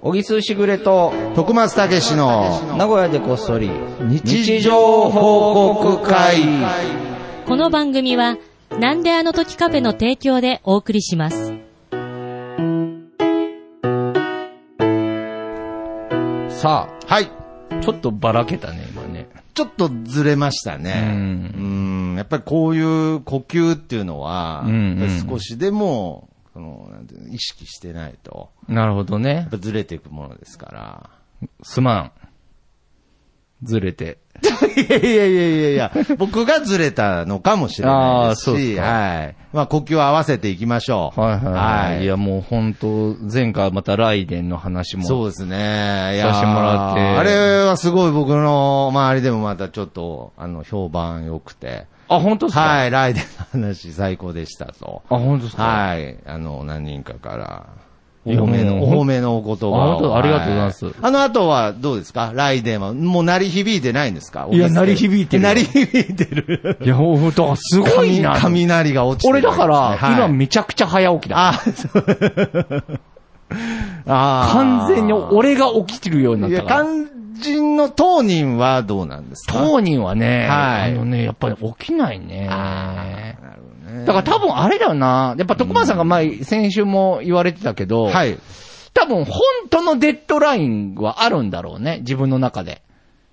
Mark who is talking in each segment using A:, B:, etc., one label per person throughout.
A: 小木すしぐれと、
B: 徳松たけしの
A: 名古屋でこっそり、
B: 日常報告会。
C: この番組は、なんであの時カフェの提供でお送りします。
A: さ
B: はい。
A: あ、ちょっとばらけたね、今ね。
B: ちょっとずれましたね。
A: う
B: うんやっぱりこういう呼吸っていうのは、
A: うんうん
B: 少しでも、その、なんていうの意識してないと、
A: なるほどね
B: やっ。ぱずれていくものですから。
A: すまん。ずれて。
B: いやいやいやいやいや、僕がずれたのかもしれないですし、
A: あーそうですか
B: はい。まあ呼吸を合わせていきましょう。
A: いや、もう本当前回またライデンの話も。
B: そうですね。いやー
A: させてもらって
B: あれはすごい僕の周りでもまたちょっと、あの、評判良くて。
A: あ、本当ですかい。
B: はい、ライデンの話最高でしたと。
A: あ、本当ですかい。
B: はい、あの、何人かから。お
A: いや
B: 褒めの、
A: もうほん
B: お褒めのお言葉
A: あ
B: を
A: 本。当ありがとうございます
B: はあの後はどうですかライデンは。もう鳴り響いてないんですか
A: いや
B: お店で
A: 鳴り響いてる
B: 鳴り響いてる。
A: いや、ほんと、すごいな。
B: 雷が落ちて
A: 俺
B: る
A: だから、
B: はい
A: 今めちゃくちゃ早起きだ。
B: あ、そうあ ー
A: 完全に俺が起きてるようにないった
B: や、
A: から。
B: 肝心の当人はどうなんですか
A: 当人はね、
B: はい
A: あのね、やっぱり起きないね。
B: なるほどね
A: だから多分あれだよな。やっぱ徳間さんが前、先週も言われてたけど、
B: はい。
A: 多分本当のデッドラインはあるんだろうね、自分の中で。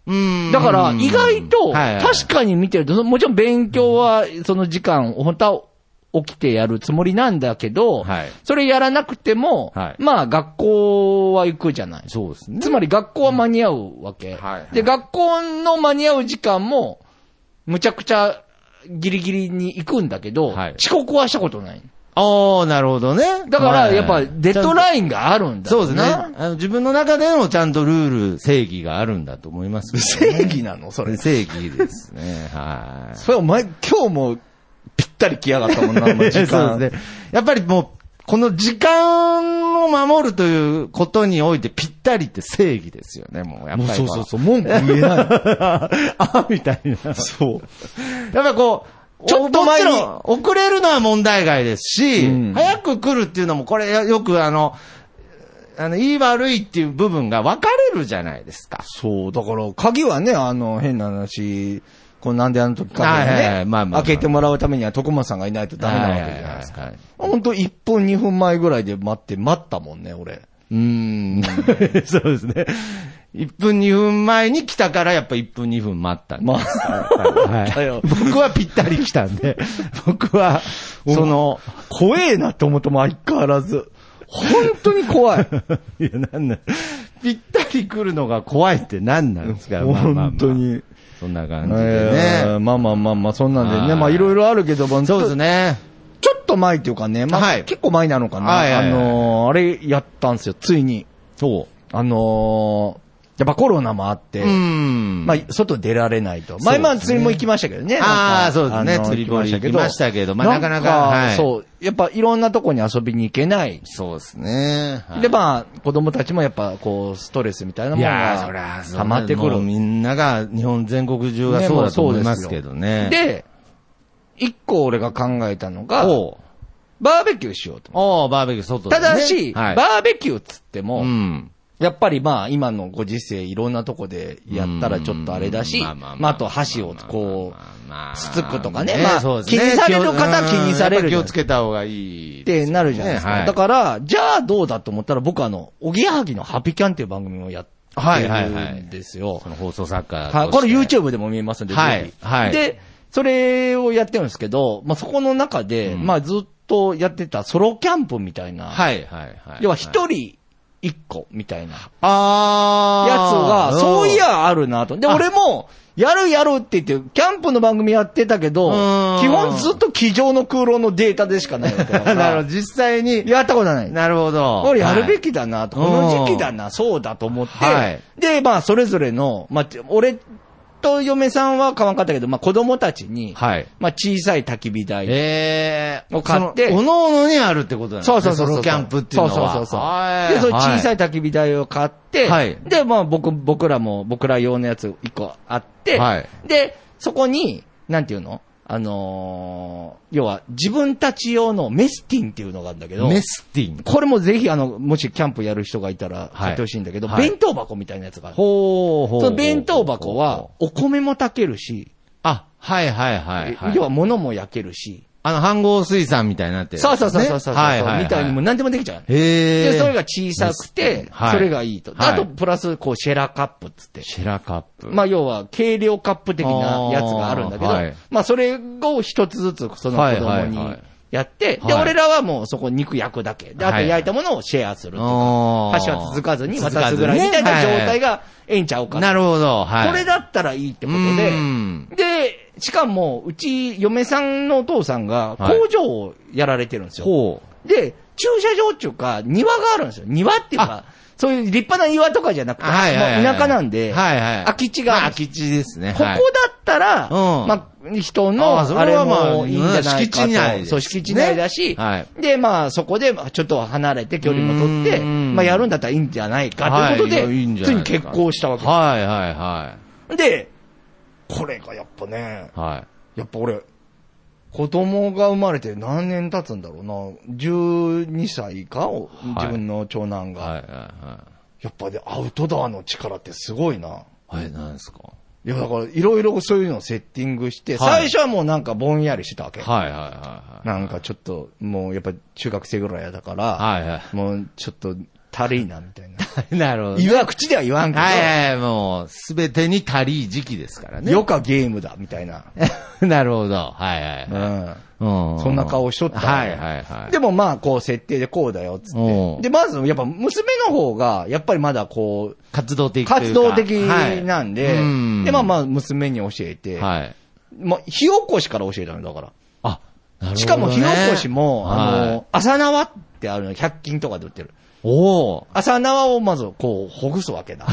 B: うん
A: だから意外と、
B: はいはい
A: 確かに見てると、もちろん勉強はその時間、本当は起きてやるつもりなんだけど、
B: はい
A: それやらなくても、
B: はい
A: まあ学校は行くじゃない。
B: そうですね。
A: つまり学校は間に合うわけ。
B: はいはい
A: で、学校の間に合う時間も、むちゃくちゃギリギリに行くんだけど、
B: はい
A: 遅刻はしたことない。
B: ああ、なるほどね。
A: だから、
B: はい
A: やっぱ、デッドラインがあるんだ
B: そう
A: ろ
B: ですね。
A: な
B: あの自分の中でのちゃんとルール、正義があるんだと思います けどね、
A: 正義なのそれ。
B: 正義です ね。はい。
A: それお前、今日も、ぴったり来やがったもんな、お前時
B: そう
A: 間。
B: ですね。やっぱりもう、この時間を守るということにおいてぴったりって正義ですよね、もう。やっぱり
A: もう
B: まあ
A: そうそうそう、文句言えない。
B: あ、みたいな。
A: そう。
B: やっぱこう、
A: ちょっと前に
B: もちろん遅れるのは問題外ですし、
A: うん
B: 早く来るっていうのも、これよくあの、あの、いい悪いっていう部分が分かれるじゃないですか。
A: そう、だから、鍵はね、あの、変な話、こうなんであの時鍵を
B: はいはいはい
A: ね、
B: まあまあまあ
A: 開けてもらうためには徳間さんがいないとダメなわけじゃないですか。
B: はいはい
A: ほんと1分2分前ぐらいで待って、待ったもんね、 俺。
B: うーん。そうですね。1分2分前に来たから、やっぱ1分2分待ったんで
A: まあ、
B: はい
A: だよ
B: 僕はぴったり来た んで、僕は、その、
A: 怖えなって思っても相変わらず。本当に怖 い。
B: いや、なんなん、ぴったり来るのが怖いって何なんですか、まあまあまあ
A: 本当。に。
B: そんな感じで
A: え
B: ね
A: ー。まあまあまあまあ、そんなんで
B: は
A: ね、
B: い
A: まあいろいろあるけど、まあ
B: そうですね。
A: ちょっと前っていうかね、ま
B: は
A: あ
B: い
A: 結構前なのか
B: はい
A: な。
B: は
A: あ
B: いはい
A: のー、あれやったんですよ、ついに。
B: そう。
A: あのー、やっぱコロナもあって
B: う、ん。
A: まあ、外出られないと。前まあ釣りも行きましたけどね。なんか
B: あーそうですね
A: あの
B: 釣り堀行きましたけどまあなかなかはい
A: そう。やっぱいろんなとこに遊びに行けない。
B: そうですね。はい
A: で、まあ、子供たちもやっぱ、こう、ストレスみたいなも
B: い
A: の
B: やーそり
A: が
B: ゃ、
A: 溜まってく
B: も
A: る
B: う。みんなが、日本全国中がそうだと思いますけどね。
A: で、一個俺が考えたのが、
B: おう
A: バーベキューしようと思
B: おうバーベキュー
A: う。
B: 外で
A: た
B: ね。
A: だし、
B: はい
A: バーベキューっつっても、
B: うん。
A: やっぱりまあ、今のご時世、いろんなとこでやったらちょっとあれだし、
B: うん
A: まあ、あと箸をこう、つつくとかね
B: まあ
A: まあ
B: そうですね
A: 気にされる方は気にされる
B: うんやっぱ気をつけた方がいい。
A: ってなるじゃないですか。
B: ねはい
A: だから、じゃあどうだと思ったら、僕あの、おぎやはぎのハピキャンっていう番組をやってるんですよ。
B: その放送作家として。
A: はい、これ YouTube でも見えますんで、
B: はい
A: ぜひ
B: はい
A: で、それをやってるんですけど、まあ、そこの中で、
B: うん
A: まあ、ずっとやってたソロキャンプみたいな、
B: はいはいはい。
A: 要は一人一個みたいなや
B: あ
A: つ
B: ー
A: が、そうい、やあるなと。で、
B: あ
A: 俺も、やるやるって言って、キャンプの番組やってたけど、
B: うーん
A: 基本ずっと机上の空論のデータでしかないわけだから
B: なるほど、実際に、
A: やったことない。
B: なるほど。
A: これやるべ
B: き。
A: きだなと、
B: はい
A: この時期だな、そうだと思って、
B: はい
A: で、まあ、それぞれの、まあ、俺と嫁さんは買わんかったけど、まあ、子供たちに、
B: はい。
A: まあ、小さい焚き火台、
B: ええ
A: を買って
B: おのおのにあるってことなんです
A: そ
B: ね。
A: うそうそうそう。
B: ソロキャンプっていうのは。
A: そうそうそう
B: は
A: そう。で、その小さ
B: い。
A: い焚き火台を買って、
B: はい
A: で、まあ僕、僕らも、僕ら用のやつ一個あって、
B: はい
A: で、そこに、なんていうのあのー要は自分たち用のメスティンっていうのがあるんだけど、
B: メスティン。
A: これもぜひ、あの、もしキャンプやる人がいたら買ってほしいんだけど、
B: はいはい
A: 弁当箱みたいなやつがある。
B: ほうほう。
A: その弁当箱は、、お米も炊けるし、
B: あ、はいはいはい、はい。
A: 要は物も焼けるし、
B: あの、飯合水産みたいになってる、
A: そうそうそうそうそう、
B: ねはいはい、はい。
A: みたいにもう何でもできちゃう。
B: へえ。
A: で、それが小さく
B: メステ
A: て
B: ィン、はい
A: それがいいと。
B: は
A: あ
B: い
A: と、プラス、こう、シェラカップっつって。
B: シェラカップ。
A: まあ、要は、軽量カップ的なやつがあるんだけど、
B: あーはい
A: まあ、それを一つずつ、その子
B: はい
A: 供
B: はい
A: に
B: はい
A: やって、
B: はい
A: で、俺らはもうそこ肉焼くだけ。で、あと
B: はい
A: 焼いたものをシェアするとか、
B: あー
A: 箸は続かずに
B: 続か
A: 渡
B: ず
A: すぐ
B: ね
A: らいみたいな状態
B: は
A: がええんちゃうか
B: な
A: な。
B: るほど。はい。
A: これだったらいいってこ
B: うーん
A: とで、で、しかも、うち、嫁さんのお父さんが
B: はい
A: 工場をやられてるんですよ。
B: ほう。
A: で、駐車場っていうか、庭があるんですよ。庭っていうか、そういう立派な庭とかじゃなくて、
B: はいはいはい
A: もう田舎なんで、
B: はいはい
A: 空き地があ
B: ま
A: るんで
B: あ、
A: す
B: 空き地ですね。
A: ここだ
B: は
A: っ
B: い
A: たら、
B: うん
A: まあ、人の、
B: あーそ
A: あ
B: れ
A: れ
B: はまあ
A: もいいんじゃないかと。
B: うん敷地内です
A: そう、敷地内だし、
B: ねはい
A: で、まあ、そこで、まあちょっと離れて距離も取って、
B: うん
A: まあ、やるんだったらいいんじゃないか、ということで、
B: はいいやいいんじゃ
A: つい
B: な
A: に
B: い
A: 結婚したわけで
B: はいはいは
A: す。で、これがやっぱね、
B: い。はい。
A: やっぱ俺、子供が生まれて何年経つんだろうな。12歳か、お
B: い
A: 自分の長男が。
B: はいは
A: やっぱね、アウトドアの力ってすごいな。
B: いはい。はい、何ですか
A: いや、だから、いろいろそういうのをセッティングして、
B: は
A: 最
B: い
A: 初はもうなんかぼんやりしてたわけ。
B: はいはいはい
A: なんかちょっと、もうやっぱ中学生ぐらいだから、
B: はい。はいは
A: もうちょっと、たりいな、みたいな。
B: い。なるほど。
A: 言わ、口では言わんけど、
B: はいはい、もう、すべてに足りい時期ですからね。
A: よかゲームだ、みたいな。
B: なるほど。はいはい。
A: うん。
B: うん
A: そんな顔しとったの
B: はいはいはい。
A: でもまあ、こう、設定でこうだよ、つっ
B: おう
A: て。で、まず、やっぱ、娘の方が、やっぱりまだこう、
B: 活動的というか
A: 活動的なん
B: はい
A: で
B: うん、
A: で、まあまあ、娘に教えて、
B: はい。
A: まあ、火起こしから教えたの、だから。
B: あ、なるほど、ね。
A: しかも火起こしも、あ
B: はい
A: の、、朝縄ってあるの、100均とかで売ってる。
B: おお
A: 朝縄をまず、こう、ほぐすわけだ。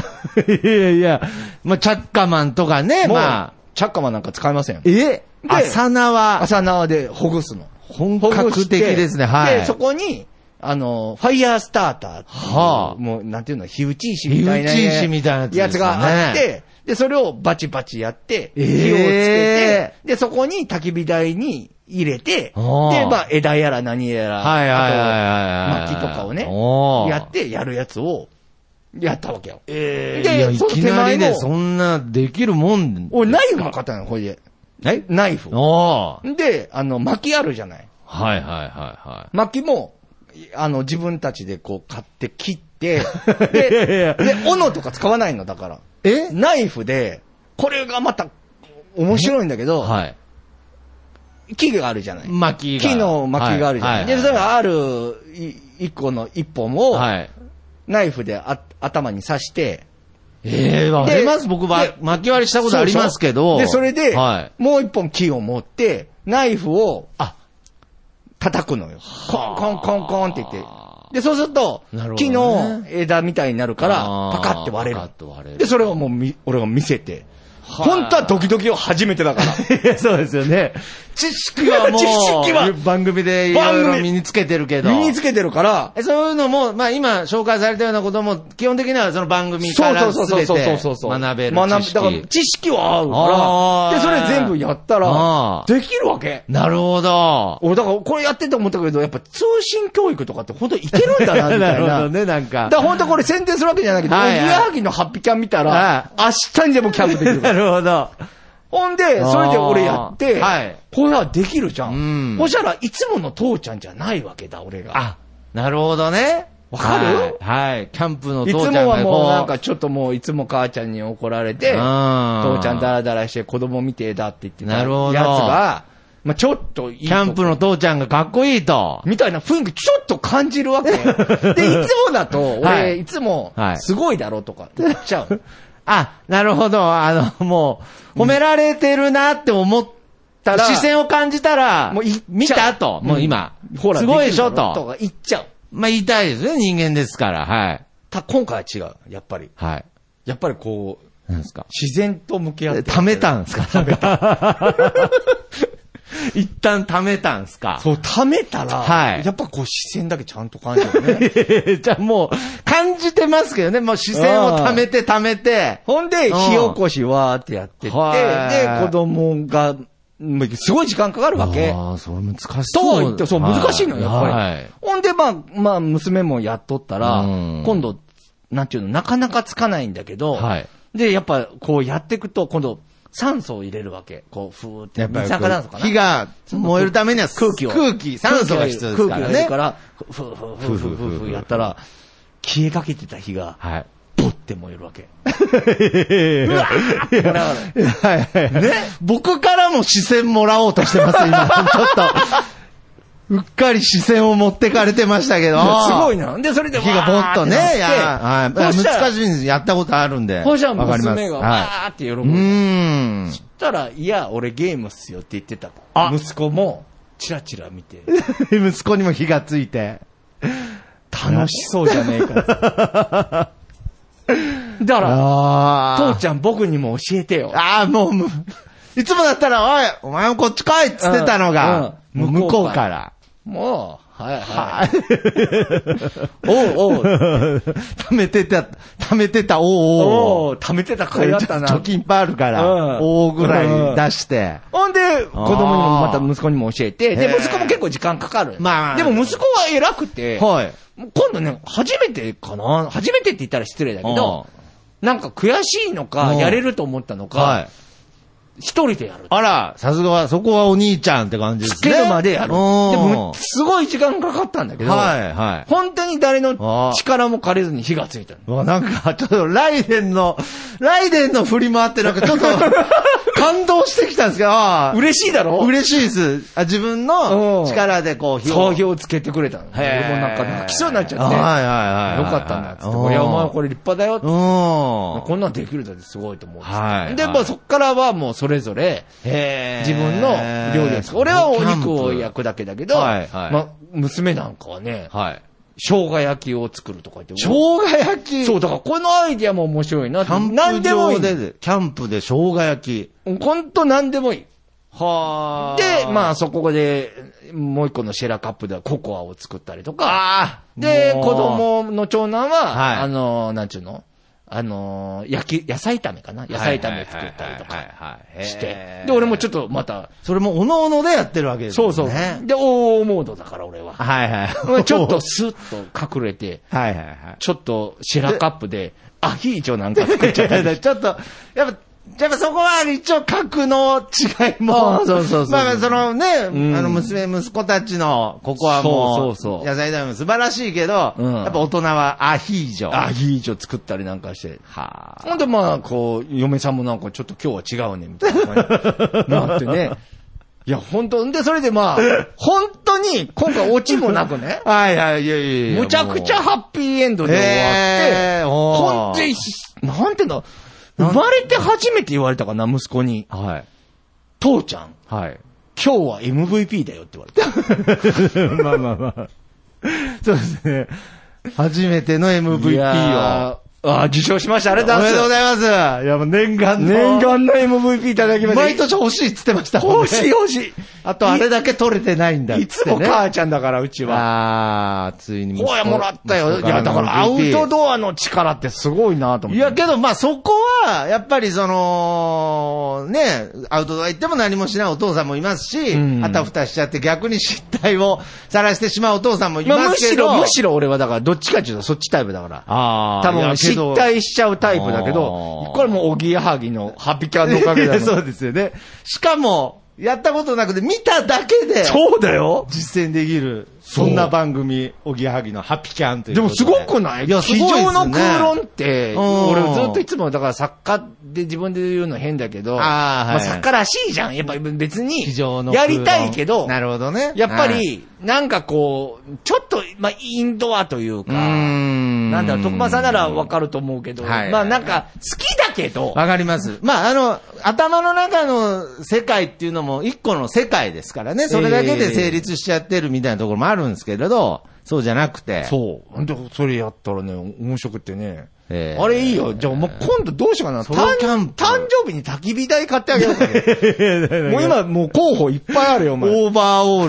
B: いやいや、まあ、チャッカマンとかね、
A: もう
B: まあ、、
A: チャッカマンなんか使いません。
B: え朝
A: 朝
B: 縄。
A: 朝縄でほぐすの。
B: 本
A: ほぐして
B: 格的ですね、はい。
A: で、そこに、あの、ファイヤースターターっていう
B: はあ
A: もう、なんていうの、火打ち石みたいな、
B: 火打ち石みたいなやつですね
A: やつがあって、で、それをバチバチやって、
B: え
A: 火
B: え
A: をつけて、で、そこに焚き火台に入れて、で、
B: はあ
A: まあ、枝やら何やら、
B: はいはいはいはいはい
A: あと、薪とかを
B: お
A: ね
B: ー、
A: やってやるやつを、やったわけよ。
B: え
A: で
B: いや、い
A: その
B: き
A: 手
B: な
A: 前
B: りね、
A: の
B: そんな、できるもん。
A: 俺、ナイフも買ったのよ、ほいで。
B: え
A: ナイフ。
B: おー
A: で、あの、薪あるじゃない。
B: はいはいはいは
A: 薪も、あの、自分たちでこう買って切って、
B: いやいや
A: で、で、斧とか使わないの、だから。
B: い。え
A: ナイフで、これがまた、面白いんだけど、
B: はい。
A: 木があるじゃない。
B: 巻きが。
A: 木の薪があるじゃない。
B: はは
A: で、それがあるい一個の一本を、
B: はい。
A: ナイフであ頭に刺して、
B: ええわかります。僕は
A: で、
B: 巻き割りしたことありますけど。
A: で、それで、
B: はい。
A: もう一本木を持って、ナイフを
B: あ、
A: 叩くのよ。コンコンコンコンって言って。で、そうすると、
B: なるほどね
A: 木の枝みたいになるから
B: あー、
A: パカって割れ
B: パカ
A: る
B: ッ。と割れる
A: で、それをもうみ、俺が見せて。本当はドキドキを初めてだから。
B: いやそうですよね。知識はも う、
A: 知識は
B: 番組でいろいろ身につけてるけど。
A: 身につけてるから、
B: えそういうのも、まあ今紹介されたようなことも、基本的にはその番組から全て学べる知識。
A: だから知識はある
B: あ
A: か
B: ー
A: ら、で、それ全部やった
B: あ
A: ら、
B: ー
A: できるわけ。
B: なるほど。
A: 俺、だからこれやってて思ったけど、やっぱ通信教育とかって本当いけるんだな、みたい
B: るほ
A: な。
B: どね、 なん
A: だ
B: か
A: か。ら本当これ宣伝するわけじゃないけど、お
B: は
A: ぎ
B: いはい
A: やはぎのハッピーキャン見た
B: は
A: ら、明日にでもキャンプできる。
B: なるほど。
A: ほんで、それで俺やって、
B: はい
A: これはできるじゃ
B: うん
A: ん。そしたらいつもの父ちゃんじゃないわけだ、俺が。
B: あ、なるほどね。
A: わかる
B: はいはい。キャンプの
A: いつ
B: 父ちゃ
A: も
B: んがこう
A: はもうなんかちょっともういつも母ちゃんに怒られて、
B: うん
A: 父ちゃんダラダラして子供みてえだって言ってた
B: な
A: やつ
B: るほど
A: が、まあちょっといいと
B: キャンプの父ちゃんがかっこいいと。
A: みたいな雰囲気ちょっと感じるわ け。で、いつもだと、俺、
B: はい
A: い、つも
B: は、い
A: すごいだろとか言っちゃう。
B: あ、なるほど。あの、もう、褒められてるなって思った
A: う
B: ら、
A: ん
B: 視線を感じたら、
A: もういっちゃう
B: 見たと。もう今、
A: ほら、
B: すごいでしょ
A: きるだろと
B: と。
A: か言っちゃう。
B: まあ言いたいですね、人間ですから。はい。
A: た、今回は違う。やっぱり。
B: はい。
A: やっぱりこう、
B: なんですか。
A: 自然と向き合って。
B: 貯めたんです か貯めた。一旦貯めたんですか
A: そう、貯めたら、
B: はい
A: やっぱこう視線だけちゃんと感じるね。
B: じゃあもう、感じてますけどね。もう視線を貯めて貯めて。
A: ほんで、火起こしわーってやってって、
B: はい
A: で、子供がもうすごい時間かかるわけ。
B: ああ、それ難し
A: とは
B: そう。
A: 言って、そう、難しいのよ、やっぱり。
B: はい。
A: ほんで、まあ、まあ、娘もやっとったら、
B: うん
A: 今度、なんていうの、なかなかつかないんだけど、
B: はい。
A: で、やっぱ、こうやっていくと、今度、酸素を入れるわけ。こう、ふーって、
B: やっぱ
A: 二
B: り
A: 酸化炭素かな。
B: 火が燃えるためには
A: 空気を。
B: 空気、酸素が必要ですか
A: 空気
B: ら
A: がい
B: ね
A: る。から、ふーふーふーふーふーふーやったら、消えかけてた火が、
B: はい。
A: ぼって燃えるわけ。
B: うわ
A: だから、
B: はい はいはい。僕からも視線もらおうとしてます、 今。ちょっと。うっかり視線を持ってかれてましたけど。
A: すごい
B: い。
A: な。で、それで、
B: 火がぼっとね、
A: わーって
B: や、
A: な
B: は
A: っ
B: い
A: てそしたら
B: 難しいんです。やったことあるんで。
A: ほじゃ
B: わかります
A: 娘がわ
B: は
A: ーって喜ぶ。
B: い。うーん。
A: そしたら、いや、俺ゲームっすよって言ってた。
B: あ
A: 息子も、チラチラ見て、
B: 息子にも火がついて。
A: 楽しそうじゃねえかっつって。だから、
B: あ
A: 父ちゃん僕にも教えてよ。
B: ああ、もう、もういつもだったら、おい、お前もこっち来いっつってたのが、
A: うんうん
B: もう向こうから。
A: もう、はいはい。おうおう、
B: 貯めてた、貯めてた、おー
A: お
B: おー
A: う、貯めてた甲斐あったな。
B: 貯金いっぱいあるから、
A: うん
B: おおぐらい出して。
A: ほんで、子供にもまた息子にも教えて、で、
B: へー
A: 息子も結構時間かかる。
B: まあ
A: でも息子は偉くて、
B: はい。
A: もう今度ね、初めてかな初めてって言ったら失礼だけど、なんか悔しいのか、
B: うん
A: やれると思ったの
B: はい
A: か、。一人でやる。
B: あら、さすがは、そこはお兄ちゃんって感じで
A: つ
B: す
A: け
B: ね。
A: るまでやる。で
B: うん
A: も
B: は、
A: すごい時間かかったんだけ
B: い、
A: ど、
B: は
A: 本当に誰の
B: あー
A: 力も借りずに火がついたの。
B: い。うわ、なんか、ちょっと、ライデンの、ライデンの振り回って、なん かちょっと、感動してきたんですけど、あー
A: 嬉しいだろ
B: 嬉しいです。あ自分
A: うん
B: の力でこう、火を
A: 創業つけてくれたの。俺
B: へー
A: もなんか泣きそうになっちゃっ
B: はいはい
A: て。
B: はいはい。
A: よかったんだっつって。
B: うん
A: 俺はお前これ立派だよっつって
B: う
A: こんなんできるだってすごいと思うっつって。
B: はい
A: で、
B: はい
A: まあそっからはもうそれぞれ
B: ん。へー
A: 自分の料理を作る。俺はお肉を焼くだけだけど、
B: はいはい
A: まあ娘なんかはね、
B: はい。
A: 生姜焼きを作るとか言って。
B: 生姜焼き
A: そう、だからこのアイディアも面白いなっ
B: キ
A: て。
B: ャンプ
A: 何でもいい
B: 場。で、キャンプで生姜焼き。
A: 本当何でもいい。
B: は
A: で、まあ
B: あ、
A: そこで、もう一個のシェラカップではココアを作ったりとか。
B: あー
A: で、
B: もう
A: 子供の長男は、
B: はい
A: あの、なんちゅうのあの、焼き、野菜炒めかな野菜炒め作ったりと
B: はい
A: か
B: はいはいはい
A: して
B: へ。ー
A: で、俺もちょっとまた、
B: それも、おのおのでやってるわけです
A: そ
B: よ
A: う
B: ね。
A: そう。
B: はい
A: で、オーモードだから俺は。。
B: はい
A: ちょっと、スッと隠れて、
B: はいはいはい。
A: ちょっとシェラカップで、アヒージョなんか作っちゃった り。
B: ちょっと、やっぱ、やっぱそこは一応格の違い
A: あ
B: も、
A: そうそうそう
B: まあまあそのね、
A: ん
B: あの娘、息子たちの、ここはもう、
A: そうそうそう
B: 野菜炒めも素晴らしいけど、
A: うん
B: やっぱ大人はアヒージョ。
A: アヒージョ作ったりなんかして。
B: は
A: ほんでまあ、こう、嫁さんもなんかちょっと今日は違うね、みたいな感じになって ね。いや、本当んで、それでまあ、本当に、今回オチもなくね
B: あ。。はいはい、いやいやいや。
A: むちゃくちゃ
B: もう
A: ハッピーエンドで終わって、
B: えーおー
A: ほんで、なんての、生まれて初めて言われたかな、息子に。
B: はい。
A: 父ちゃん、
B: はい。
A: 今日は MVP だよって言われた。
B: まあまあまあ。そうですね。初めての MVP を。
A: を。あー、受賞しました。あれだ
B: おめでとうございます。いや、もう念願の。
A: 念願の MVP いただきました。
B: 毎年欲しいっつってましたもん
A: 欲
B: ね。
A: しい欲しい。
B: あと、あれだけ取れてないんだっ
A: い
B: つっ
A: つ
B: て
A: も
B: ね。
A: 母ちゃんだから、うちは。
B: ああ、ついに息子。
A: 声もらったよ。い
B: 息子
A: や、だからアウト
B: ド
A: ドアの力ってすごいなと思っ
B: い
A: て。
B: や、けど、まあ、そこは、やっぱり、その、ね、アウトドア行っても何もしないお父さんもいますし、
A: うん
B: あたふたしちゃって逆に失態を晒してしまうお父さんもい
A: まあ
B: ま
A: む
B: す
A: し
B: けど。
A: ろ、むしろ俺はだから、どっちかっていうとそっちタイプだから。
B: ああ、
A: 多分、失
B: い
A: 態しちゃうタイプだけ
B: あ
A: ど
B: ー、
A: これもおぎやはぎのハピキャ
B: や
A: ンの
B: け
A: おか
B: ど
A: げ
B: い
A: だ
B: や
A: よ。
B: そうですよね。しかも、やったことなくて、見ただけで、
A: そうだよ。
B: 実践できる、
A: う
B: そんな番組、おぎやはぎのハッピキャンという
A: でも
B: こ
A: す
B: とで
A: ごくない
B: いや、すごい
A: 机
B: ですね
A: 上の空論って、
B: うん
A: 俺ずっといつも、だから作家で自分で言うの変だけど、
B: あーは
A: ま
B: い
A: あ作家らしいじゃん。やっぱ別に
B: 非常、の空
A: や
B: 論。
A: りたいけど、
B: なるほどね。
A: やっぱ
B: はい、
A: り、なんかこう、ちょっと、まあ、インドアというか、な
B: なん
A: だろう、徳間さんならわかると思うけど、
B: はい
A: まあなんか、好きだけど、
B: わかります。まあ、あの、頭の中の世界っていうのも一個の世界ですからね、それだけで成立しちゃってるみたいなところもあるんですけれど、そうじゃなくて。
A: そう。ほんで、それやったらね、面白くってね。
B: えー
A: あれいいよ。じゃあ、もう今度どうしようかな。
B: ソロキャン
A: 誕
B: プ
A: 誕生日に焚き火台買ってあげようか なもう今、もう候補いっぱいあるよ、お前。
B: オーバーオ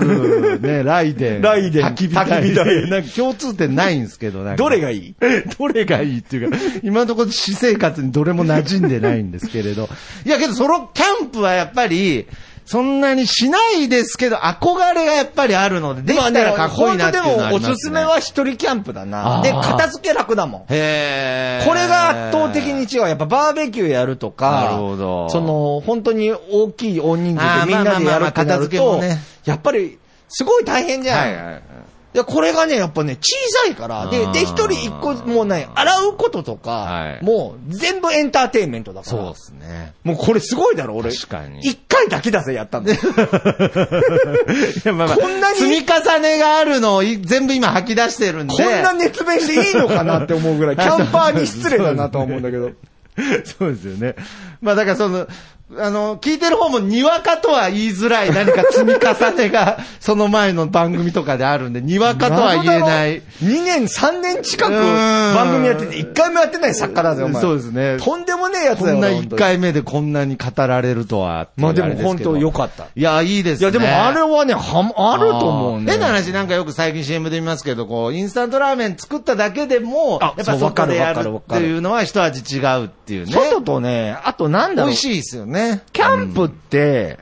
B: ール、ね、ライデン。
A: ライデン
B: 焚き火台。
A: 焚き火台
B: なんか共通点ないんですけど、なんか
A: どれがいい
B: どれがいいっていうか、今のところ私生活にどれも馴染んでないんですけれど。いやけど、ソロキャンプはやっぱり、そんなにしないですけど、憧れがやっぱりあるので、で
D: まあ
B: きたらかっこいいなっていうのはありま
D: でも、
B: す、
D: お
B: ね。
D: すすめは一人キャンプだ
B: あー
D: な。で、片付け楽だもん。
B: へー
D: これが圧倒的に違う。やっぱバーベキューやるとか、
B: なるほど
D: その、本当に大きい大人
B: あー
D: 数でみんなでや
B: まあまあまあ
D: るって
B: まあ
D: な
B: 片
D: る
B: 付けも
D: と
B: ね、
D: やっぱり、すごい大変じゃん。
B: はい
D: い
B: はいはい。
D: や、これがね、やっぱね、小さいから、で
B: あー、
D: で、一人一個、もうね、洗うこととか、
B: はい
D: もう全部エンターテインメントだか
B: そう
D: ら
B: で。すね。
D: もうこれすごいだろ、俺。
B: 確かに
D: 一回だけだぜ、やったの。
B: いやまあまあ
D: こんなに
B: 積み重ねがあるのをい全部今吐き出してるんで。
D: こんな熱弁していいのかなって思うぐらい、キャンパーに失礼だなとは思うんだけど。
B: そうですよね。まあだからその、あの、聞いてる方もにわかとは言いづらい何か積み重ね が、その前の番組とかであるんで、にわかとは言えない。
D: 2年、3年近く
B: うーん
D: 番組やってて、1回もやってない作家だぜ、お前。
B: そうですね
D: とんでもねえやつ
B: こ
D: だよ。
B: んな
D: 本当
B: 1
D: に
B: 回目でこんなに語られるとはっていう
D: まあでも
B: れすけど
D: 本当良かった
B: いや、いいですね。
D: いや、でもあれはね、はまあると思うね。
B: 変な話、なんかよく最近 CM で見ますけど、こう、インスタントラーメン作っただけでも、や
D: あ
B: っぱ
D: そう
B: そこでや
D: わ
B: る
D: かるわ
B: っ
D: かる
B: ていうのは一味違うっていうね。
D: 外とね、あとなん
B: 美
D: だろう
B: 味。しいですよね。
D: キャンプって、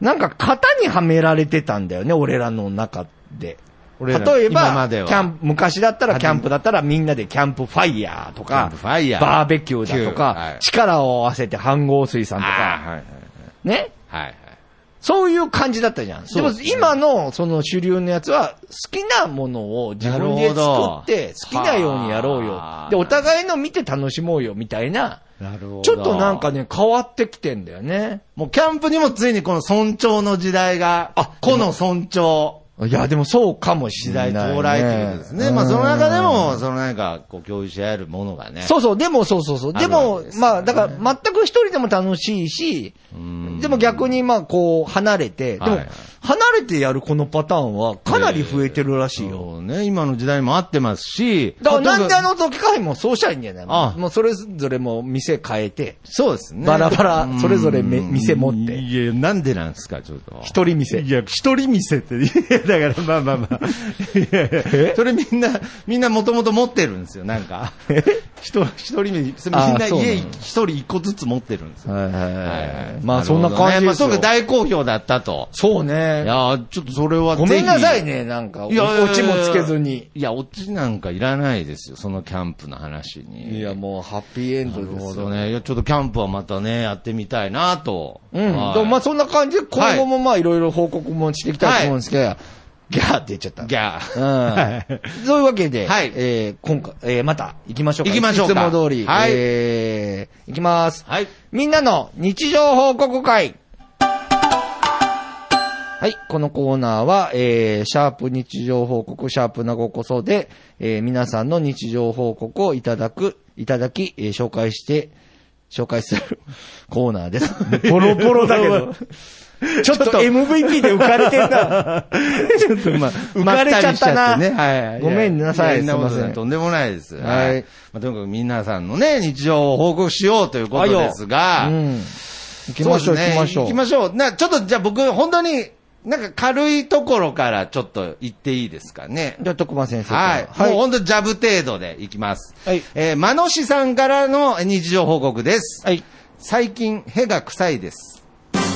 D: なんか型にはめられてたんだよね、俺らの中で。
B: 俺ら
D: 例え
B: 今ま
D: ば、キ
B: では
D: ャンプ、昔だったらキャンプだったらみんなでキャンプファイヤーと
B: キャン
D: か
B: プ、ファイヤー
D: バーベキューだと
B: キューは
D: か
B: い、
D: 力を合わせて飯合水産と
B: あ
D: か、
B: あはいはい
D: ね。
B: はいはい。
D: そういう感じだったじゃん。で
B: う
D: も
B: ですね
D: 今のその主流のやつは好きなものを自分
B: な
D: で
B: る
D: 作
B: ほど
D: って好きなようにやろうよ
B: はあ。
D: で、お互いの見て楽しもうよみたいな。
B: なるほど。
D: ちょっとなんか、ね、変わってきてんだよね。
B: もうキャンプにもついにこの尊重の時代が、あ、この尊重
D: いや、でもそうかもし
B: 時
D: れない、
B: 代
D: ね。
B: 到来ということですね。まあその中でも、そのなんか、こう共有し合えるものがね。
D: そうそう、でもそうそうそう。で
B: あるわ
D: も
B: けで、すね
D: まあ、だから、全く一人でも楽しいし、
B: ん
D: でも逆に、まあ、こう、離れて、でも、
B: はい
D: 離れてやるこのパターンは、かなり増えてるらしい
B: そ
D: よ。
B: うね、今の時代にも合ってますし。
D: だから、なんであ
B: 例えば
D: の時会もそうしたらいいんじゃない
B: ああ
D: もう、それぞれもう店変えて、
B: そうですね。
D: バラバラそれぞれめ
B: うん
D: 店持って
B: いや、なんでなんですか、ちょっと。
D: 一人店。
B: いや、一人店って、いや、 だからまあまあまあ。いやいやそれみんな、みんなもともと持ってるんですよ、なんか。人一人店、みん
D: あ
B: な
D: そうなの
B: 家一人一個ずつ持ってるんですよ。
D: はいはい
B: はいはい
D: まあ、そんな
B: るほどね
D: 感じ
B: ま
D: で
B: あ、
D: す
B: そ
D: よ
B: うか、大好評だったと。
D: そう
B: い
D: ね。
B: や、ちょっとそれは
D: ごめんなさい
B: ね。
D: ね、なんか、お
B: いやいやいや
D: オチもつけずに。
B: いや、オチなんかいらないですよ、そのキャンプの話に。
D: いや、もう、ハッピーエンド
B: なる
D: で
B: ほ
D: す
B: ど
D: よ。
B: ね。いや、ちょっとキャンプはまたね、やってみたいなと。
D: うん。
B: はい
D: でもまあそんな感じで、今後もまあいろいろ報告もしていきたいと思うんですけど、ギャーって言っちゃった。
B: ギャ
D: うん
B: ー。はい。
D: そういうわけで、
B: はい
D: えー今回、えーまた行きましょうか。
B: 行きましょうか
D: いつも通り、
B: はい
D: えー行きます。
B: はい。
D: みんなの日常報告会。はい。このコーナーは、えー、シャープ日常報告、シャープなごこそで、えー皆さんの日常報告をいただく、いただき、えー紹介して、紹介する コーナーです。ボロボロだけ ど。ちょっと MVP で浮かれてんな。
B: ちょっとまあ、
D: 浮かれちゃった
B: ま
D: な
B: りしね、はいはい。
D: ごめんなさ
B: や
D: い
B: やんなこと
D: すいません
B: とんでもないです。
D: はい
B: まあ、とにかく皆さんのね、日常を報告しようということですが、
D: うん。行きましょ
B: そ
D: う、行
B: です
D: き
B: ね
D: ましょう。
B: 行きましょう。な、ちょっとじゃあ僕、本当に、なんか軽いところからちょっと言っていいですかね。
D: じゃあ、徳間先生から。
B: はい。もう本当ジャブ程度でいきます。
D: はい
B: えー、マノシさんからの日常報告です。
D: はい。
B: 最近、ヘが臭いです。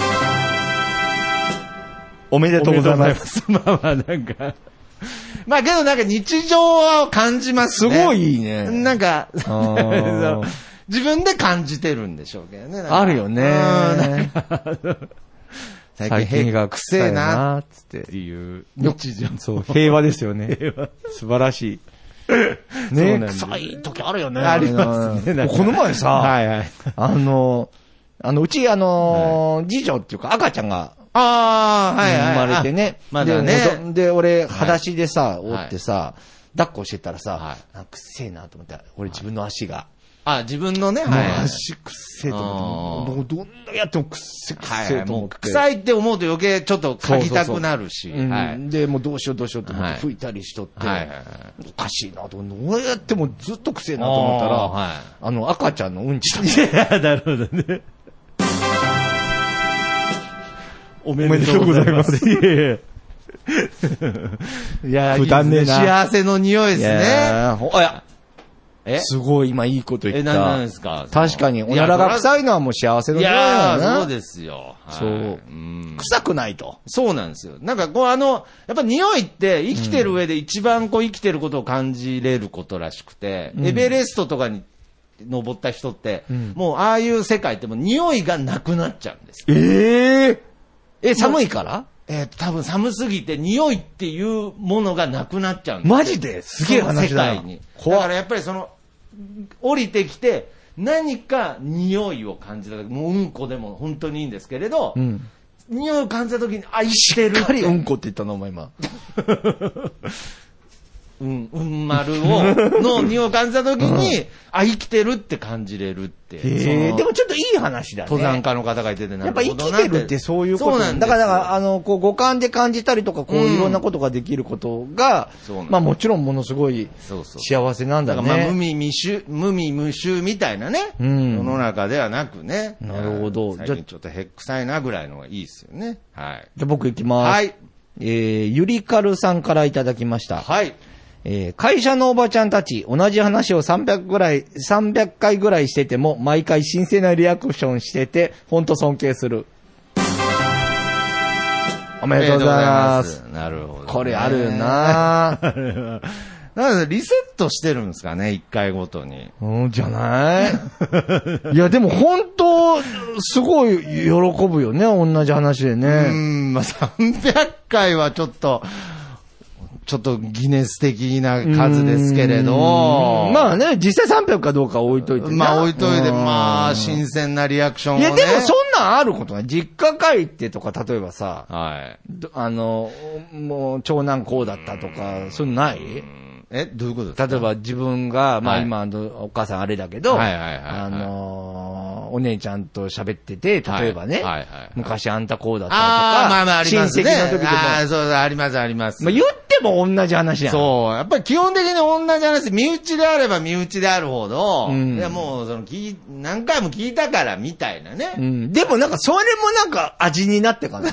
D: おめでとうございます。
B: す。まあまあ、なんか。まあけどなんか日常を感じます
D: す
B: ね。
D: ごいいいね。
B: なんか、
D: ー
B: 自分で感じてるんでしょうけどね。なんか
D: あるよね
B: うんなんか
D: 最近屁が臭いな、つって。
B: っていう。
D: 日常。そう、平和ですよね。素晴らし い。ね、臭い時あるよね。あ
B: りますねなんか
D: この前さ、
B: はいはい。
D: あの、あの、うち、あの、次女っていうか赤ちゃんが
B: ああ、はいはい。
D: 生まれてね。
B: あまだ
D: で
B: ね。
D: も。で、俺、裸足でさ、お
B: はい
D: ってさ、抱っこしてたら
B: は
D: さ
B: い、
D: なんかくせえなと思って、俺自分の足が。
B: あ、自分のね、
D: もう
B: はい。
D: 足くっせえと思って、もうどんだけやってもくっせえくっ
B: は
D: せ
B: い
D: えと
B: も
D: 思っ
B: う
D: て。
B: 臭いって思うと余計ちょっと嗅ぎたくなるし。
D: うん
B: はい。
D: で、もうどうしようどうしようと思って
B: はい
D: 拭いたりしとって、
B: はいはいはい
D: おかしいなと思って、どうやってもずっとくせえなと思ったら、
B: あーはい
D: あの赤ちゃんのうんちだ
B: いや、なるほどね。おめ。
D: でとうございます
B: いやいや。いや、
D: くだんねえな
B: 幸せの匂いですね。
D: ほあいや、
B: え
D: すごい、今いいこと言
B: え、
D: っ
B: ななん
D: た
B: で。すか
D: 確かに、おならが
B: い
D: 臭いのはもう幸せ
B: い
D: の匂い
B: や
D: だ
B: ー、そう
D: な。
B: ですよ。はい
D: そうん臭くないと。
B: そうなんですよ。なんかこうあの、やっぱ匂いって生きてる上で一番こう生きてることを感じれることらしくて、エベレストとかに登った人って、もうああいう世界ってもう匂いがなくなっちゃうんです。
D: えええ、寒いから
B: えー、多分寒すぎて匂いっていうものがなくなっちゃうんです。
D: マジですげえ話だ
B: その世界
D: な
B: に。。だ
D: 怖
B: か
D: っ
B: らやっぱりその、降りてきて、何か匂いを感じた時、もううんこでも本当にいいんですけれど、
D: うん。
B: 匂いを感じた時に、あ、生きてるって
D: しっかりうんこって言ったな、お前今。
B: うん、うん丸を、の匂いを感じたときに、あ、生きてるって感じれるって。
D: へえ
B: その
D: でもちょっといい話だね。
B: 登山家の方がいててなる
D: やっぱ
B: ほ
D: 生
B: ど
D: き
B: な
D: てるってそういうこと
B: そうなんで
D: だ
B: す
D: から、だから
B: ら、
D: あの、こう、五感で感じたりとか、こう、
B: うん
D: いろんなことができることが
B: そうなんで、す
D: まあもちろんものすごい
B: そうそう。
D: 幸せなん
B: だ
D: だ
B: か
D: ね。
B: らまあ、無味無臭、無味無臭みたいなね、
D: うん
B: 世の中ではなくね。
D: なるほど
B: 最
D: じゃ
B: 近ちょっとへっくさいなぐらいの方がいいですよね。はい。
D: じゃあ僕行きます。
B: はい。
D: えー、ゆりかるさんからいただきました。
B: はい。
D: えー会社のおばちゃんたち、同じ話を300ぐらい、300回ぐらいしてても、毎回神聖なリアクションしてて、ほんと尊敬する。お
B: あ
D: めでとうございます。。
B: なるほど、
D: これあるよ。な
B: あれは。なので、リセットしてるんですかね、一回ごとに。
D: うん、じゃないいや、でも本当、すごい喜ぶよね、同じ話で
B: うー
D: ね。
B: ん、まあ、300回はちょっと、ちょっとギネス的な数ですけれど、
D: まあね、実際300かどうかは置いといてな
B: まあ置いといて、
D: うん
B: まあ、新鮮なリアクションを、
D: い
B: ね。
D: や、でもそんなんあることない。実家帰ってとか、例えばさ、
B: はい。
D: どあの、もう、長男こうだったとか、そういうのない
B: え、どういうことですか
D: 例えば自分が、まあ
B: はい
D: 今のお母さんあれだけど、
B: はいはいはいはい
D: あのー、お姉ちゃんと喋ってて、例えばね、
B: はいはいはいはい
D: 昔あんたこうだったとか、
B: ああ、まあまあありますね。
D: 親戚の時でも、
B: ああ、そうそう、ありますあります。
D: まあ言っても同じ話やん。
B: そう。やっぱり基本的に同じ話、身内であれば身内であるほど、
D: うん
B: いやもうその聞い、何回も聞いたからみたいなね。
D: うん。でもなんか、それもなんか味になってかな。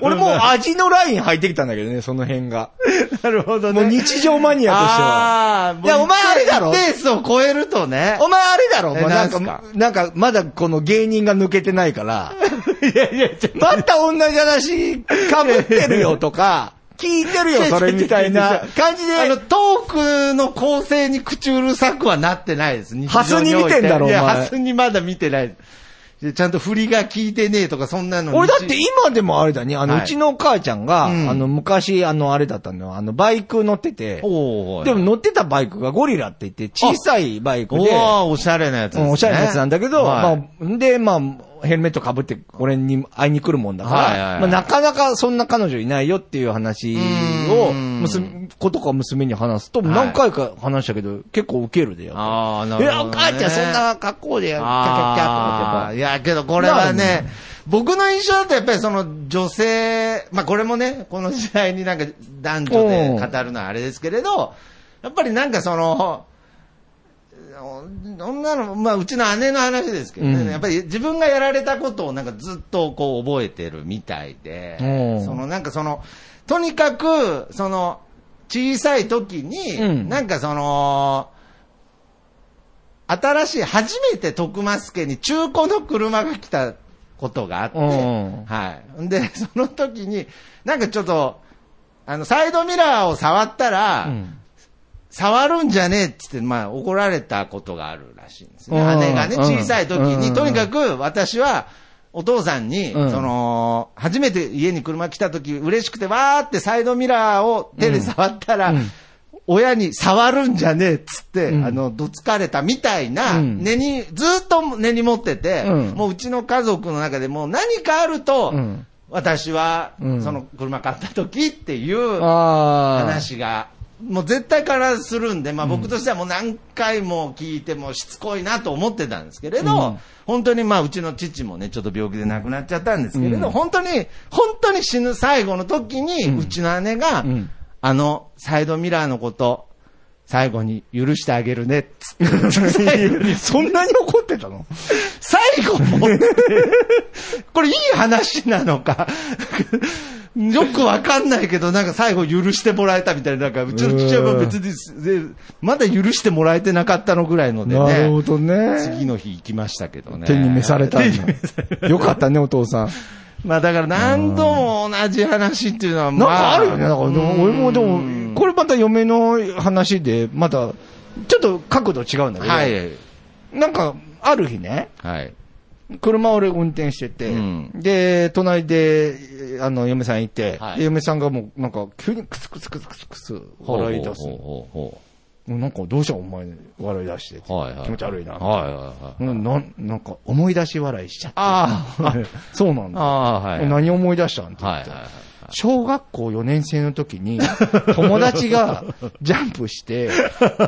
D: 俺もう味のライン入ってきたんだけどね、その辺が。
B: なるほど
D: もう日常マニアとしては。
B: ああ、もう
D: いやお前あれだろ
B: 一定数を超えるとね。
D: お前あれだろ
B: え
D: もうなんか、
B: なんす
D: なんか、まだこの芸人が抜けてないから、
B: いやいや、ちょっ
D: また同じ話かぶってるよとか、聞いて るよそれみたいな感じ
B: あの、
D: で、
B: トークの構成に口うるさくはなってないです。日常おい
D: ハスに見てんだろ
B: いや、
D: お前
B: ハスにまだ見てない。でちゃんと振りが効いてねえとか、そんなの。
D: 俺だって今でもあれだね、あの、
B: はいう
D: ちのお母ちゃんが、
B: うん
D: あの、昔、あの、あれだったのよ、あの、バイク乗ってて、
B: おーおい
D: でも、乗ってたバイクがゴリラって言って、小さいバイク
B: お
D: で、
B: ーおしゃれなやつです、
D: う
B: ね。
D: んおしゃれなやつなんだけど、
B: はい
D: まあ、で、まあ、ヘルメットかぶって俺に会いに来るもんだから、
B: はいはいはい
D: まあ、なかなかそんな彼女いないよっていう話
B: う
D: を、
B: ん
D: 娘、子とか娘に話すと、
B: い
D: 何回か話したけど、結構ウケるでよ。
B: ああ、な
D: え、
B: る
D: お
B: ほど、ね。
D: 母ちゃんそんな格好で、キャキャキャと
B: あ
D: 思
B: あ
D: っ
B: ー
D: て
B: い
D: やっ
B: や、けどこれは
D: なる
B: ね、僕の印象だとやっぱりその女性、まあこれもね、この時代になんか男女で語るのはあれですけれど、やっぱりなんかその、女の、まあうちの姉の話ですけどね、
D: うん
B: やっぱり自分がやられたことをなんかずっとこう覚えてるみたいで、
D: うん
B: そのなんかその、とにかく、その、小さい時に、
D: うん
B: なんかその、新しい、初めて徳増家に中古の車が来たことがあって、
D: うん
B: はい。で、その時に、なんかちょっと、あの、サイドミラーを触ったら、
D: うん
B: 触るんじゃねえっつって、まあ、怒られたことがあるらしいんですね。
D: うん
B: 姉がね、
D: うん
B: 小さい時に、
D: うん
B: とにかく私は、お父さんに、
D: うん
B: その、初めて家に車来た時、嬉しくて、わーってサイドミラーを手で触ったら、
D: うん
B: 親に触るんじゃねえっつって、
D: うん
B: あの、どつかれたみたいな、
D: うん
B: 根に、ずーっと根に持ってて、
D: うん
B: もううちの家族の中でもう何かあると、
D: うん
B: 私は、
D: うん
B: その車買った時っていう、
D: あー
B: 話が、もう絶対からするんで、まあ、僕としてはもう何回も聞いてもしつこいなと思ってたんですけれど、
D: うん
B: 本当にまあうちの父もね、ちょっと病気で亡くなっちゃったんですけれど、
D: うん
B: 本当に、本当に死ぬ最後の時に、うちの姉が、
D: うん
B: あのサイドミラーのこと、最後に許してあげるねっつ って。
D: そんなに怒ってたの
B: 最後もって、これいい話なのか、よくわかんないけど、なんか最後許してもらえたみたいな、なんかうちの父親は別に、でまだ許してもらえてなかったのぐらいのでね。
D: なるほどね。
B: 次の日行きましたけどね。
D: 手に召されたんだ
B: 手に召され
D: よかったね、お父さん。
B: まあだから何度も同じ話っていうのは、
D: なん
B: ま
D: かあるよね。だから、
B: う
D: 俺
B: ん
D: もでも、これまた嫁の話で、また、ちょっと角度違うんだけど、
B: はい。
D: なんか、ある日ね、
B: はい。
D: 車俺運転してて、
B: うん
D: で、隣で、えあの、嫁さんいて、
B: はい
D: で嫁さんがもう、なんか、急にクスクスクスクスクス笑い出すの。
B: ほうほ
D: なんか、どうしたお前、笑い出して
B: うほう。はいはい。
D: 気持ち悪いな
B: はいはいはい。
D: うんなんなんか、思い出し笑いしちゃって。
B: ああ、
D: そうなんだ。
B: ああ、はい。はい
D: 何思い出したんって言
B: は
D: っ
B: い
D: て。
B: はい。
D: 小学校4年生の時に、 友達がジャンプ して、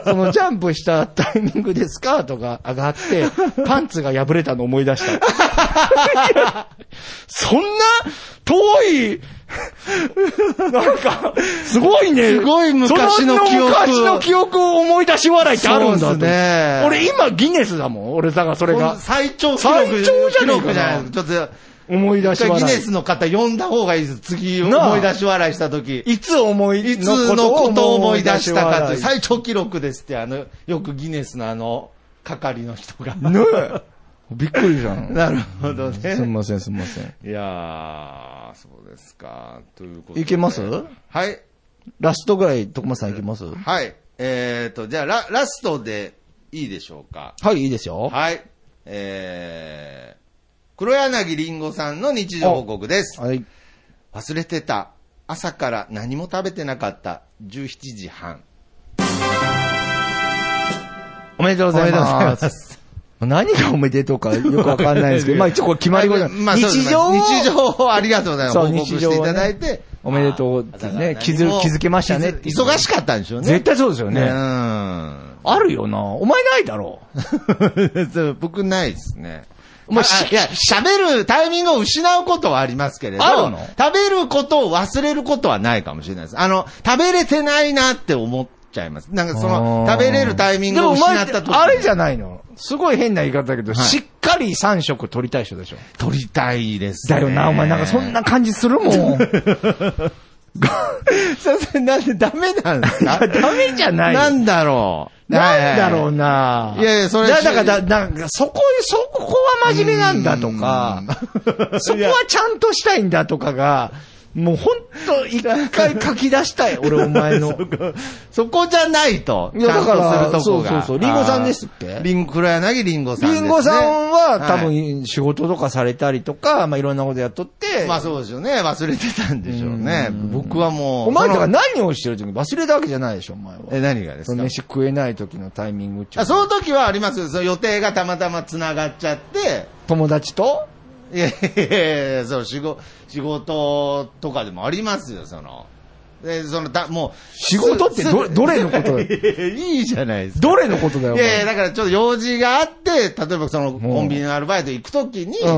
D: そのジャンプしたタイミングでスカートが上がって、 パンツが破れたの思い出した。いや そんな遠い、なんか、すごいね。
B: すごい昔の記憶
D: そんな昔の記憶を思い出し笑いってあるんだと
B: そうですね
D: 俺今ギネスだもん、俺だからそれ
B: こ
D: が
B: の。最長記録
D: 最長じゃねえかな
B: 記録じゃないですか。ちょっと、
D: 思い出
B: 一
D: し
B: 回
D: 笑い。
B: ギネスの方呼んだ方がいいです。次、
D: なあ
B: 思い出し笑いした時。
D: いつ思い、
B: いつのことを思い出したかという、最長記録ですって、あの、よくギネスのあの、係の人が。
D: ねえ。びっくりじゃん。
B: なるほど
D: すみ
B: ね。
D: ません、すみません。
B: いやー、そうですか。ということで。
D: いけます
B: はい。
D: ラストぐらい、徳松さんいきますは
B: はい。えーと、じゃあラ、ラストでいいでしょうか。
D: い、いいですよ。
B: はい。えー、黒柳りんごさんの日常報告です。
D: はい。
B: 忘れてた。朝から何も食べてなかった。17時半。
D: おめでとうござい
B: おめでとうござい
D: ま。
B: ます
D: 何がおめでとうかよくわかんないですけど、まあ一応これ決まり事
B: まあそうです
D: 日常を
B: 日常をありがとうございます。
D: そう
B: 報告していただいて。
D: おめでとうってね、気づ気づけましたねっていう
B: 忙しかったんでしょうね。
D: 絶対そうですよ
B: ね。う
D: ね。あるよな。お前ないだろう。
B: ん そう。僕ないですね。
D: お前
B: あ
D: し
B: いや、喋るタイミングを失うことはありますけれど、
D: あるの
B: 食べることを忘れることはないかもしれないです。あの、食べれてないなって思っちゃいます。なんかその、
D: あー
B: 食べれるタイミン
D: で
B: グを
D: もお
B: 失
D: 前
B: っ
D: って
B: た時
D: あれじゃないの。すごい変な言い方だけど、
B: はい
D: しっかり3食取りたい人でしょ。
B: 取りたいです、ね。
D: だよな、お前なんかそんな感じす るもん。
B: すいません、なんでダメなんですか
D: ダメじゃないよ。
B: なんだろう。
D: なんだろう
B: う。
D: な。
B: いやいやそれ
D: だだから、だなんかそこ、そこは真面目なんだとか、そこはちゃんとしたいんだとかが、もうほんと一回書き出したい、 俺お前の。
B: そこじゃないと。
D: いやだから
B: ちゃんとするとこが。
D: そうそうそうリンゴさんですっけ
B: あーリン、黒柳リンゴさんで
D: リ
B: す、ね。
D: ンゴさんは多
B: はい
D: 分仕事とかされたりとか、まあいろんなことやっとって、
B: まあそうですよね。忘れてたんでしょうね。僕はもう。
D: お前と
B: そ
D: か
B: の
D: 何をしてる時に忘れたわけじゃないでしょ、お前は。
B: え、何がで
D: そ
B: すか
D: の飯食えない時のタイミングっていう
B: あ
D: の
B: そ
D: は
B: の時はあります。その予定がたまたま繋がっちゃって、
D: 友達と
B: いやいやいやそう、仕事、仕事とかでもありますよ、その。で、その、た、もう。
D: 仕事ってど
B: す
D: どれのことだよ
B: いやいや いいじゃないですか。
D: どれのことだよ、お
B: いやいや、
D: 前。
B: だからちょっと用事があって、例えばその
D: ん
B: コンビニのアルバイト行くときに、
D: う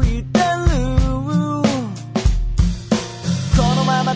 E: いてるこのまま